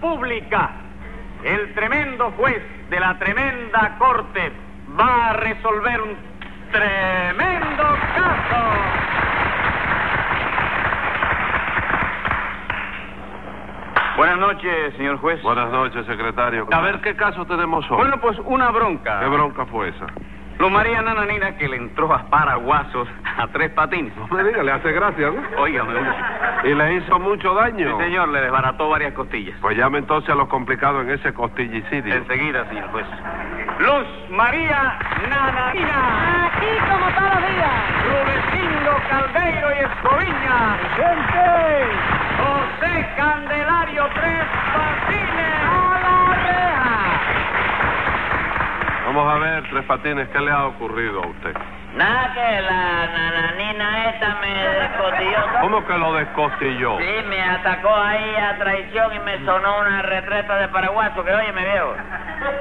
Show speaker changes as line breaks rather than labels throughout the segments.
pública. El tremendo juez de la tremenda corte va a resolver un tremendo caso. Buenas noches, señor juez.
Buenas noches, secretario. A ver, ¿qué caso tenemos hoy?
Bueno, pues una bronca.
¿Qué bronca fue esa?
Lo María Nananina que le entró a paraguasos a tres patines.
Me diga, le hace gracia, ¿no?
Óigame, oiga.
¿Y le hizo mucho daño?
Sí, señor, le desbarató varias costillas.
Pues llame entonces a los complicados en ese costillicidio.
Enseguida, señor juez. Luz María Nananina.
Aquí como todos los días.
Rudecindo Caldeiro y Escoviña.
¡Gente!
José Candelario Tres Patines.
¡A la reja!
Vamos a ver, Tres Patines, ¿qué le ha ocurrido a usted?
Nada que la nananina esta me descotilló.
¿Cómo que lo descostilló?
Sí, me atacó ahí a traición y me sonó una retreta de paraguaso que oye, me viejo.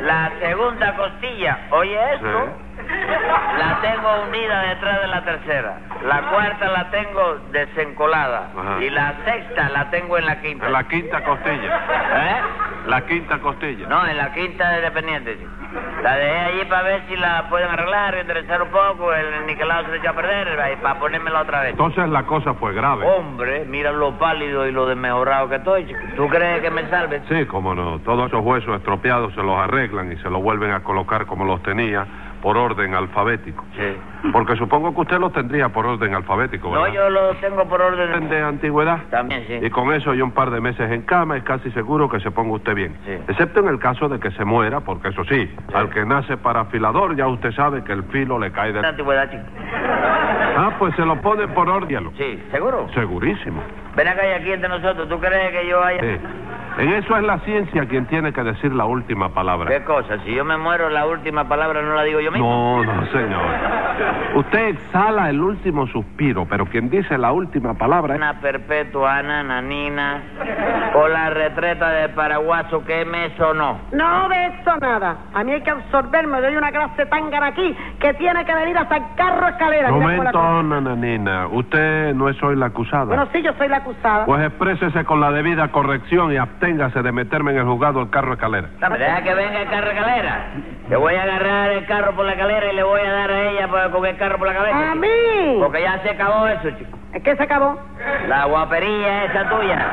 La segunda costilla, oye esto,
Sí.
la tengo unida detrás de la tercera. La cuarta la tengo desencolada.
Ajá.
Y la sexta la tengo en la quinta.
En la quinta costilla.
¿Eh?
La quinta costilla.
No, en la quinta de dependiente. sí. La dejé allí para ver si la pueden arreglar, enderezar un poco, el niquelado se le echó a perder, y para ponérmela otra vez.
Entonces la cosa fue grave.
Hombre, mira lo pálido y lo desmejorado que estoy. chico. ¿Tú crees que me salves?
Sí, cómo no. Todos esos huesos estropeados se los arreglan y se los vuelven a colocar como los tenía por orden alfabético.
Sí.
Porque supongo que usted los tendría por orden alfabético,
No,
¿verdad?
yo lo tengo por
Orden
orden.
de antigüedad.
También, sí.
Y con eso y un par de meses en cama es casi seguro que se ponga usted bien.
Sí.
Excepto en el caso de que se muera, porque eso sí, al que nace para afilador ya usted sabe que el filo le cae de...
De antigüedad, chico.
Ah, pues se lo pone por orden.
Sí, ¿seguro?
Segurísimo.
Ven acá y aquí entre nosotros. ¿Tú crees que yo haya...?
Sí. En eso es la ciencia quien tiene que decir la última palabra.
¿Qué cosa? Si yo me muero, la última palabra no la digo yo
No,
mismo.
no, señor. Usted exhala el último suspiro, pero quien dice la última palabra es...
Ana perpetua, Ana Nanina, o la retreta de paraguaso que me sonó.
No de eso nada. A mí hay que absorberme. Doy una clase tan gana aquí que tiene que venir hasta el carro escalera. Mira cómo la cosa.
Momento, nananina. Usted no es hoy la acusada.
Bueno, sí, yo soy la acusada.
Pues exprésese con la debida corrección y absténgase de meterme en el juzgado el carro escalera.
Dame, Deja que venga el carro de calera. Le voy a agarrar el carro por la calera y le voy a dar a ella pa- con el carro por la cabeza.
¡A
chico.
mí!
Porque ya se acabó eso, chico.
¿Es que se acabó?
La guapería esa tuya.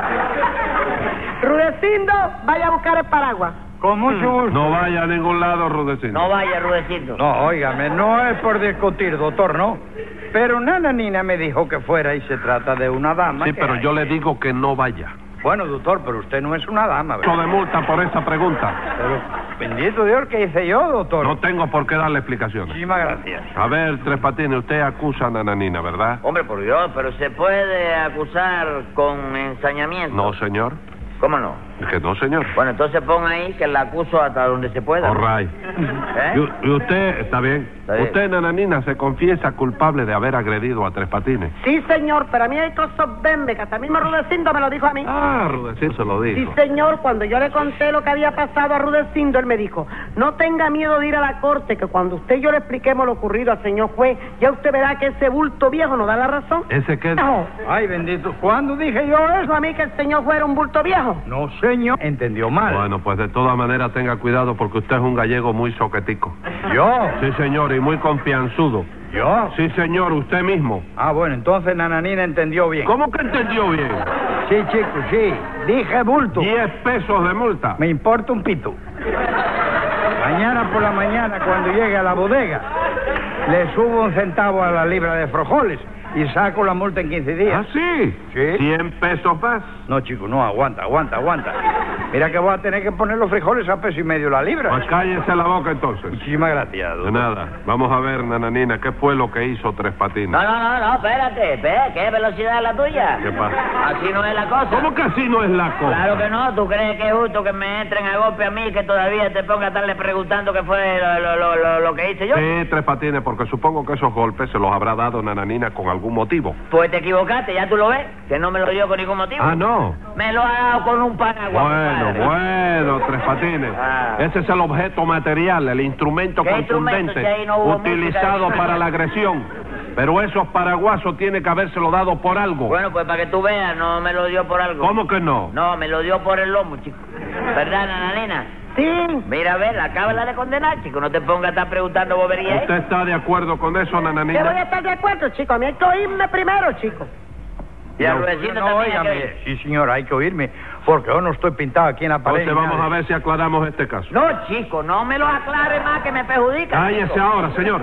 Rudecindo, vaya a buscar el paraguas.
Con mucho gusto.
No vaya a ningún lado, Rudecindo.
No vaya, Rudecindo.
Hmm. No, óigame, no es por discutir, doctor, ¿no? Pero Nana Nina me dijo que fuera y se trata de una dama.
sí,
que-
pero yo le digo que no vaya.
Bueno, doctor, pero usted no es una dama,
Mucho
¿verdad?
de multa por esa pregunta.
Pero, bendito Dios, ¿qué hice yo, doctor?
No tengo por qué darle explicaciones.
Muchísimas gracias.
A ver, Tres Patines, usted acusa a Nananina, ¿verdad?
Hombre, por Dios, pero se puede acusar con ensañamiento.
No, señor.
¿Cómo no?
Que no, señor.
Bueno, entonces pon ahí que la acuso hasta donde se pueda.
All right.
¿Eh?
Y, u- y usted, está bien.
Está bien.
Usted, Nananina, se confiesa culpable de haber agredido a Tres Patines.
Sí, señor, pero a mí hay que absorberme, que hasta mismo Rudecindo me lo dijo a mí.
Ah, Rudecindo se lo
Sí,
dijo.
señor, cuando yo le conté lo que había pasado a Rudecindo, él me dijo, no tenga miedo de ir a la corte, que cuando usted y yo le expliquemos lo ocurrido al señor juez, ya usted verá que ese bulto viejo nos da la razón.
Ese que...
No,
Ay, bendito. ¿Cuándo dije yo
no
eso?
dijo a mí que el señor juez era un bulto viejo.
No, señor. Entendió mal.
Bueno, pues de todas maneras tenga cuidado porque usted es un gallego muy soquetico.
Yo,
Sí, señor, y muy confianzudo.
yo.
Sí, señor, usted mismo.
Ah, bueno, entonces Nananina entendió bien.
¿Cómo que entendió bien?
Sí, chico, sí. Dije bulto.
Diez pesos de multa.
Me importa un pito. Mañana por la mañana, cuando llegue a la bodega, le subo un centavo a la libra de frijoles y saco la multa en 15
¿Ah,
días.
sí?
Sí.
Cien pesos más.
No, chico, no, aguanta, aguanta, aguanta. Mira que voy a tener que poner los frijoles a peso y medio la
Pues
libra.
cállese la boca entonces.
Muchísimas gracias,
De
doctor.
nada. Vamos a ver, nananina, ¿qué fue lo que hizo Tres
No,
Patines?
no, no, no, espérate, espérate, ¿qué velocidad es la tuya?
¿Qué pasa?
Así no es la cosa.
¿Cómo que así no es la cosa?
Claro que no, ¿tú crees que es justo que me entren a golpe a mí y que todavía te ponga a estarle preguntando qué fue lo, lo- lo- lo- lo que hice yo?
Sí, Tres Patines, porque supongo que esos golpes se los habrá dado nananina con algún motivo.
Pues te equivocaste, ya tú lo ves, que no me lo dio con ningún motivo.
Ah, no.
Me lo ha dado con un paraguas.
Bueno,
compadre.
bueno, Tres Patines.
Ah.
Ese es el objeto material, el instrumento
¿Qué instrumento?
contundente
Si ahí no hubo
utilizado
música, ¿eh?
para la agresión. Pero esos paraguasos tiene que habérselo dado por algo.
Bueno, pues para que tú veas, no me lo dio por algo.
¿Cómo que no?
No, me lo dio por el lomo, chico. ¿Verdad, Nananina?
Sí,
Mira, a ver, acábala de condenar, chico. No te pongas a estar preguntando bobería. ¿eh?
¿Usted está de acuerdo con eso,
que voy a
nananina?
estar de acuerdo, chico. A mí hay que oírme primero, chico.
Y al
No,
vecino
no,
también hay que
óigame.
oír.
Sí, señor, hay que oírme, porque yo no estoy pintado aquí en la pared.
Entonces
ni
vamos
nada.
a ver si aclaramos este caso.
No, chico, no me lo aclares más que me perjudica.
Cállese
chico.
ahora, señor.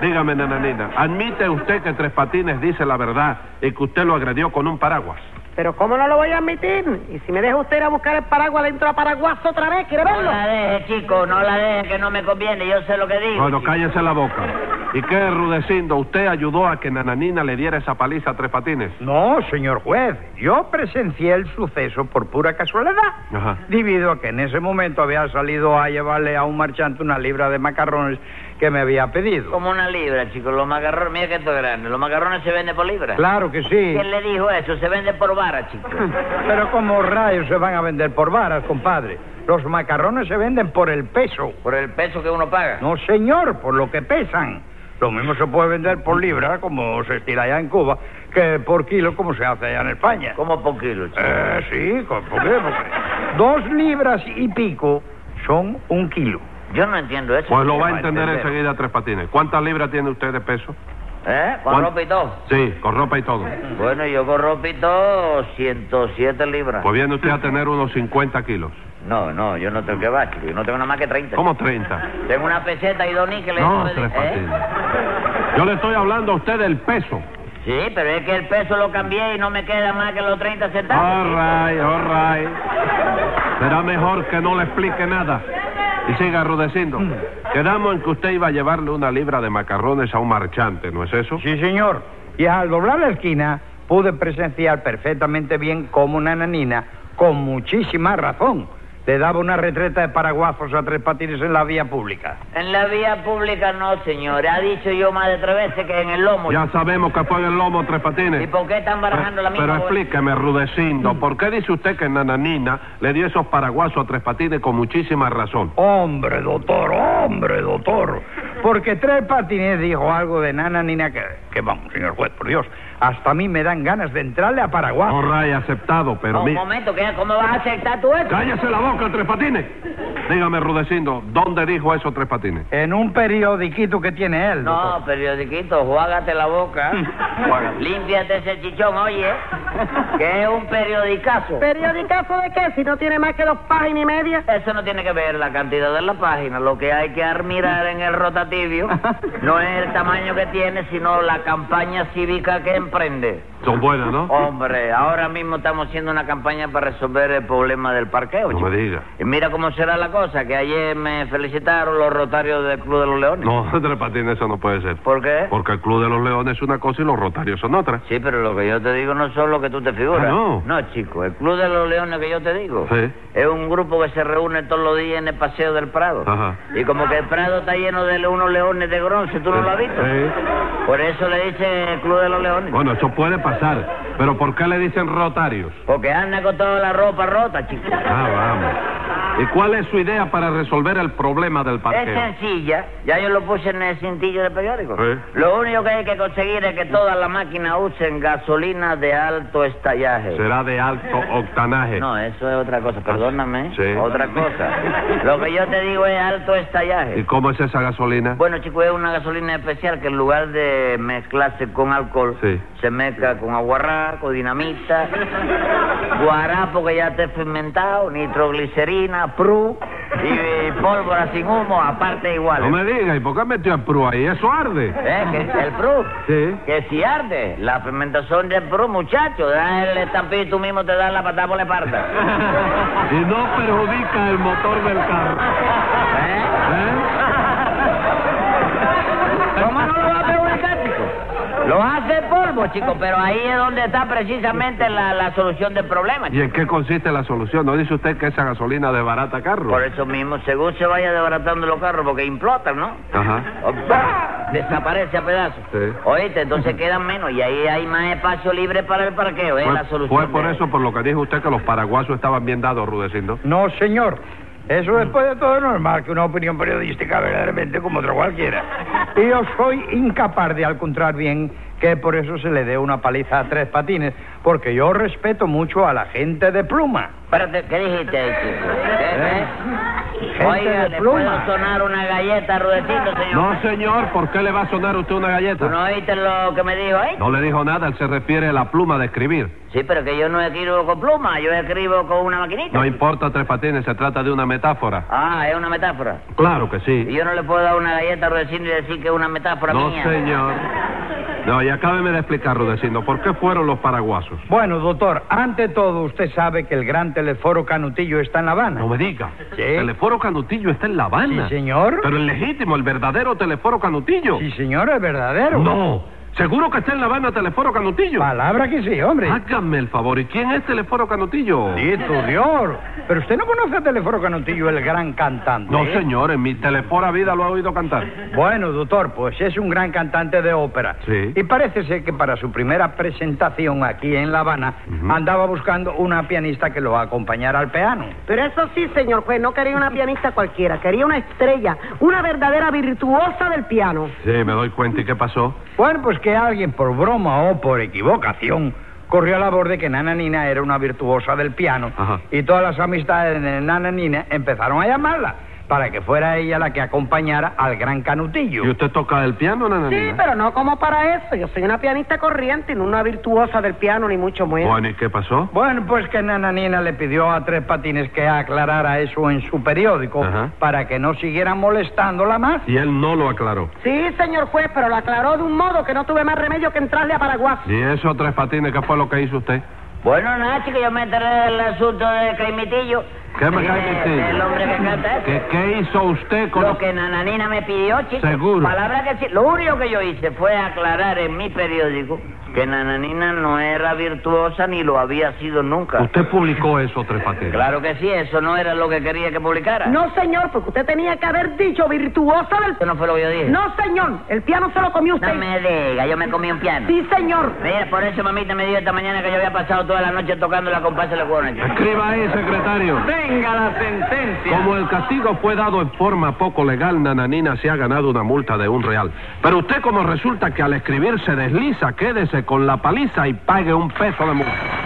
Dígame, nananina, ¿admite usted que Tres Patines dice la verdad y que usted lo agredió con un paraguas?
Pero ¿cómo no lo voy a admitir? Y si me deja usted ir a buscar el paraguas dentro a Paraguaso otra vez, ¿quiere
No
verlo?
la deje, chico, no la deje, que no me conviene. Yo sé lo que digo.
Bueno,
chico.
cállese la boca. ¿Y qué, Rudecindo? ¿Usted ayudó a que Nananina le diera esa paliza a Tres Patines?
No, señor juez, yo presencié el suceso por pura casualidad.
Ajá.
Debido a que en ese momento había salido a llevarle a un marchante una libra de macarrones que me había pedido.
Como una libra, chico. Los macarrones, mira que esto es grande. Los macarrones se venden por libra.
Claro que sí.
¿Quién le dijo eso? Se venden por vara, chico.
Pero como rayos se van a vender por varas, compadre. Los macarrones se venden por el peso.
Por el peso que uno paga.
No, señor, por lo que pesan. Lo mismo se puede vender por libra, como se estila allá en Cuba, que por kilo, como se hace allá en España.
Como por kilo, chico.
Eh, sí, con- ¿por qué? Porque dos libras y pico son un kilo.
Yo no entiendo eso.
Pues lo va a
va a
entender
entender.
enseguida Tres Patines. ¿Cuántas libras tiene usted de peso?
¿Eh? Con
¿Cuán-
ropa y todo.
Sí, con ropa y todo.
Bueno, yo con ropa y todo, 107 libras.
Pues viene usted a tener unos 50 kilos.
No, no, yo no tengo que bajar, chico. Yo no tengo nada más que 30.
¿Cómo 30?
Tengo una peseta y dos níqueles.
No,
¿eh?
Tres Patines. Yo le estoy hablando a usted del peso.
Sí, pero es que el peso lo cambié y no me queda más que los 30
All
centavos.
right, all right. Será mejor que no le explique nada. Y siga arrudeciendo.
Mm.
Quedamos en que usted iba a llevarle una libra de macarrones a un marchante, ¿no es eso?
Sí, señor. Y al doblar la esquina, pude presenciar perfectamente bien cómo una nanina, con muchísima razón, le daba una retreta de paraguazos a tres patines en la vía pública.
En la vía pública no, señor. Ha dicho yo más de tres veces que en el lomo.
Ya sabemos que fue en el lomo tres patines.
¿Y por qué están barajando la
Pero,
misma bolsa?
explíqueme, Rudecindo, ¿por qué dice usted que Nananina le dio esos paraguasos a Tres Patines con muchísima razón?
Hombre, doctor, hombre, doctor. Porque Tres Patines dijo algo de nana nina que, que vamos, señor juez, por Dios. Hasta a mí me dan ganas de entrarle a Paraguay.
All right, Oh, aceptado, pero
No, un
mire...
Ah. Oh, momento, ¿qué? ¿cómo vas a aceptar tú esto?
¡Cállese la boca, Tres Patines! Dígame, Rudecindo, ¿dónde dijo eso Tres Patines?
En un periodiquito que tiene él.
No,
doctor.
periodiquito, juágate la boca.
Juágate.
Límpiate ese chichón, oye. Que es un periodicazo.
¿Periodicazo de qué? Si no tiene más que dos páginas y media.
Eso no tiene que ver la cantidad de la página. Lo que hay que admirar en el rotativio no es el tamaño que tiene, sino la campaña cívica que emprende.
Son buenas, ¿no?
Oh, Hombre, ahora mismo estamos haciendo una campaña para resolver el problema del parqueo.
No
chico.
me diga.
Y mira cómo será la cosa, que ayer me felicitaron los rotarios del Club de los Leones.
No, Tres Patines, eso no puede ser.
¿Por qué?
Porque el Club de los Leones es una cosa y los Rotarios son otra.
Sí, pero lo que yo te digo no son lo que tú te figuras.
Ah, no.
chico, el Club de los Leones que yo te digo
Sí.
es un grupo que se reúne todos los días en el Paseo del Prado.
Ajá.
Y como que el Prado está lleno de unos leones de bronce, ¿tú no
Eh,
lo has visto?
Sí.
Por eso le dice el Club de los Leones.
Bueno, eso puede pasar, pero ¿por qué le dicen Rotarios?
Porque anda con toda la ropa rota, chico.
Ah, vamos. ¿Y cuál es su idea para resolver el problema del
Es
parqueo?
sencilla, ya yo lo puse en el cintillo de periódico.
Sí.
Lo único que hay que conseguir es que todas las máquinas usen gasolina de alto estallaje.
Será de alto octanaje.
No, eso es otra cosa, perdóname.
Ah, Sí.
Otra cosa. Lo que yo te digo es alto
¿Y
estallaje.
cómo es esa gasolina?
eh. Bueno, chico, es una gasolina especial que en lugar de mezclarse con alcohol,
Sí.
se mezcla con aguarraco, dinamita, guarapo que ya esté fermentado, nitroglicerina, pru y, eh, pólvora sin humo, aparte
No
iguales.
me diga, ¿y por qué metió el pru ahí? ¿Eso arde?
¿Eh? que ¿El pru?
Sí.
Que si arde, la fermentación del pru, muchacho, da el estampido y tú mismo te das la patada por la espalda.
Y no perjudica el motor del carro.
¿Eh?
¿Eh?
¿Cómo no lo va a perjudicar, chico? Lo hace polvo, chico, pero ahí es donde está precisamente la, la solución del problema.
¿Y
chico.
en qué consiste la solución? ¿No dice usted que esa gasolina desbarata carro?
Por eso mismo, según se vaya desbaratando los carros, porque implotan, ¿no?
Ajá.
O- ¡pah! Desaparece a pedazos.
Sí.
Oíste, entonces quedan menos y ahí hay más espacio libre para el parqueo. Es la
Fue,
solución.
fue por
de-
eso por lo que dijo usted que los paraguasos estaban bien dados, Rudecindo.
No, señor. Eso
Mm.
después de todo es normal que una opinión periodística verdaderamente como otra cualquiera. Y yo soy incapaz de encontrar bien que por eso se le dé una paliza a tres patines, porque yo respeto mucho a la gente de pluma.
Espérate, ¿qué dijiste ahí, chico?
¿Eh?
¿Qué,
Gente
qué? Oiga,
de
¿le
pluma.
puedo sonar una galleta, Rudecindo, señor?
No, señor, ¿por qué le va a sonar a usted una
¿Tú no
galleta?
oíste lo que me dijo, eh?
No le dijo nada, él se refiere a la pluma de escribir.
Sí, pero que yo no escribo con pluma, yo escribo con una maquinita.
No importa, Tres Patines, se trata de una metáfora.
Ah, es una metáfora.
Claro que
Y
sí.
yo no le puedo dar una galleta a Rudecindo y decir que es una metáfora
No,
mía.
señor. No, y acábeme de explicar, Rudecindo, ¿por qué fueron los paraguasos?
Bueno, doctor, ante todo usted sabe que el gran teleforo Canutillo está en La Habana.
No me diga.
Sí.
Teleforo Canutillo está en La Habana.
Sí, señor.
Pero el legítimo, el verdadero Teleforo Canutillo.
Sí, señor, es verdadero.
No. Seguro que está en La Habana Teleforo Canutillo.
Palabra que sí, hombre.
Hágame el favor, ¿y quién es Teleforo Canutillo?
Dito Dios. Pero usted no conoce a Teleforo Canutillo, el gran cantante.
No,
¿eh?
señor, en mi telefora vida lo he oído cantar.
Bueno, doctor, pues es un gran cantante de ópera.
Sí.
Y parece ser que para su primera presentación aquí en La Habana
Ujú.
andaba buscando una pianista que lo acompañara al piano.
Pero eso sí, señor juez, no quería una pianista cualquiera, quería una estrella, una verdadera virtuosa del piano.
Sí, me doy cuenta. ¿Y qué pasó?
Bueno, pues que alguien, por broma o por equivocación, corrió a la voz de que Nana Nina era una virtuosa del piano.
Ajá.
Y todas las amistades de Nana Nina empezaron a llamarla para que fuera ella la que acompañara al gran canutillo.
¿Y usted toca el piano,
Sí,
nananina?
pero no como para eso. Yo soy una pianista corriente, no una virtuosa del piano, ni mucho menos.
Bueno, ¿y qué pasó?
Bueno, pues que Nana Nina le pidió a Tres Patines que aclarara eso en su periódico
Ajá.
para que no siguieran molestándola más.
Y él no lo aclaró.
Sí, señor juez, pero lo aclaró de un modo que no tuve más remedio que entrarle a Paraguay.
¿Y eso, Tres Patines, qué fue lo que hizo usted?
Bueno, nada, chico, yo me enteré del asunto de Caimitillo.
¿Qué me
Sí,
cae
de-
metido?
del hombre que canta eso.
¿Qué, qué hizo usted con...?
Lo que Nananina me pidió, chico.
Seguro.
Palabra que sí. Lo único que yo hice fue aclarar en mi periódico que Nananina no era virtuosa ni lo había sido nunca.
Usted publicó eso, Tres Patines.
Claro que sí, eso no era lo que quería que publicara.
No, señor, porque usted tenía que haber dicho virtuosa del
Eso no fue lo que yo dije.
No, señor, el piano se lo comió usted.
No me diga, yo me comí un piano.
Sí, señor.
Mira, por eso mamita me dijo esta mañana que yo había pasado toda la noche tocando la comparsa de los cuernos, chico.
Escriba ahí, secretario.
Venga la sentencia.
Como el castigo fue dado en forma poco legal, Nananina se ha ganado una multa de un real. Pero usted, como resulta que al escribir se desliza, quédese con la paliza y pague un peso de multa.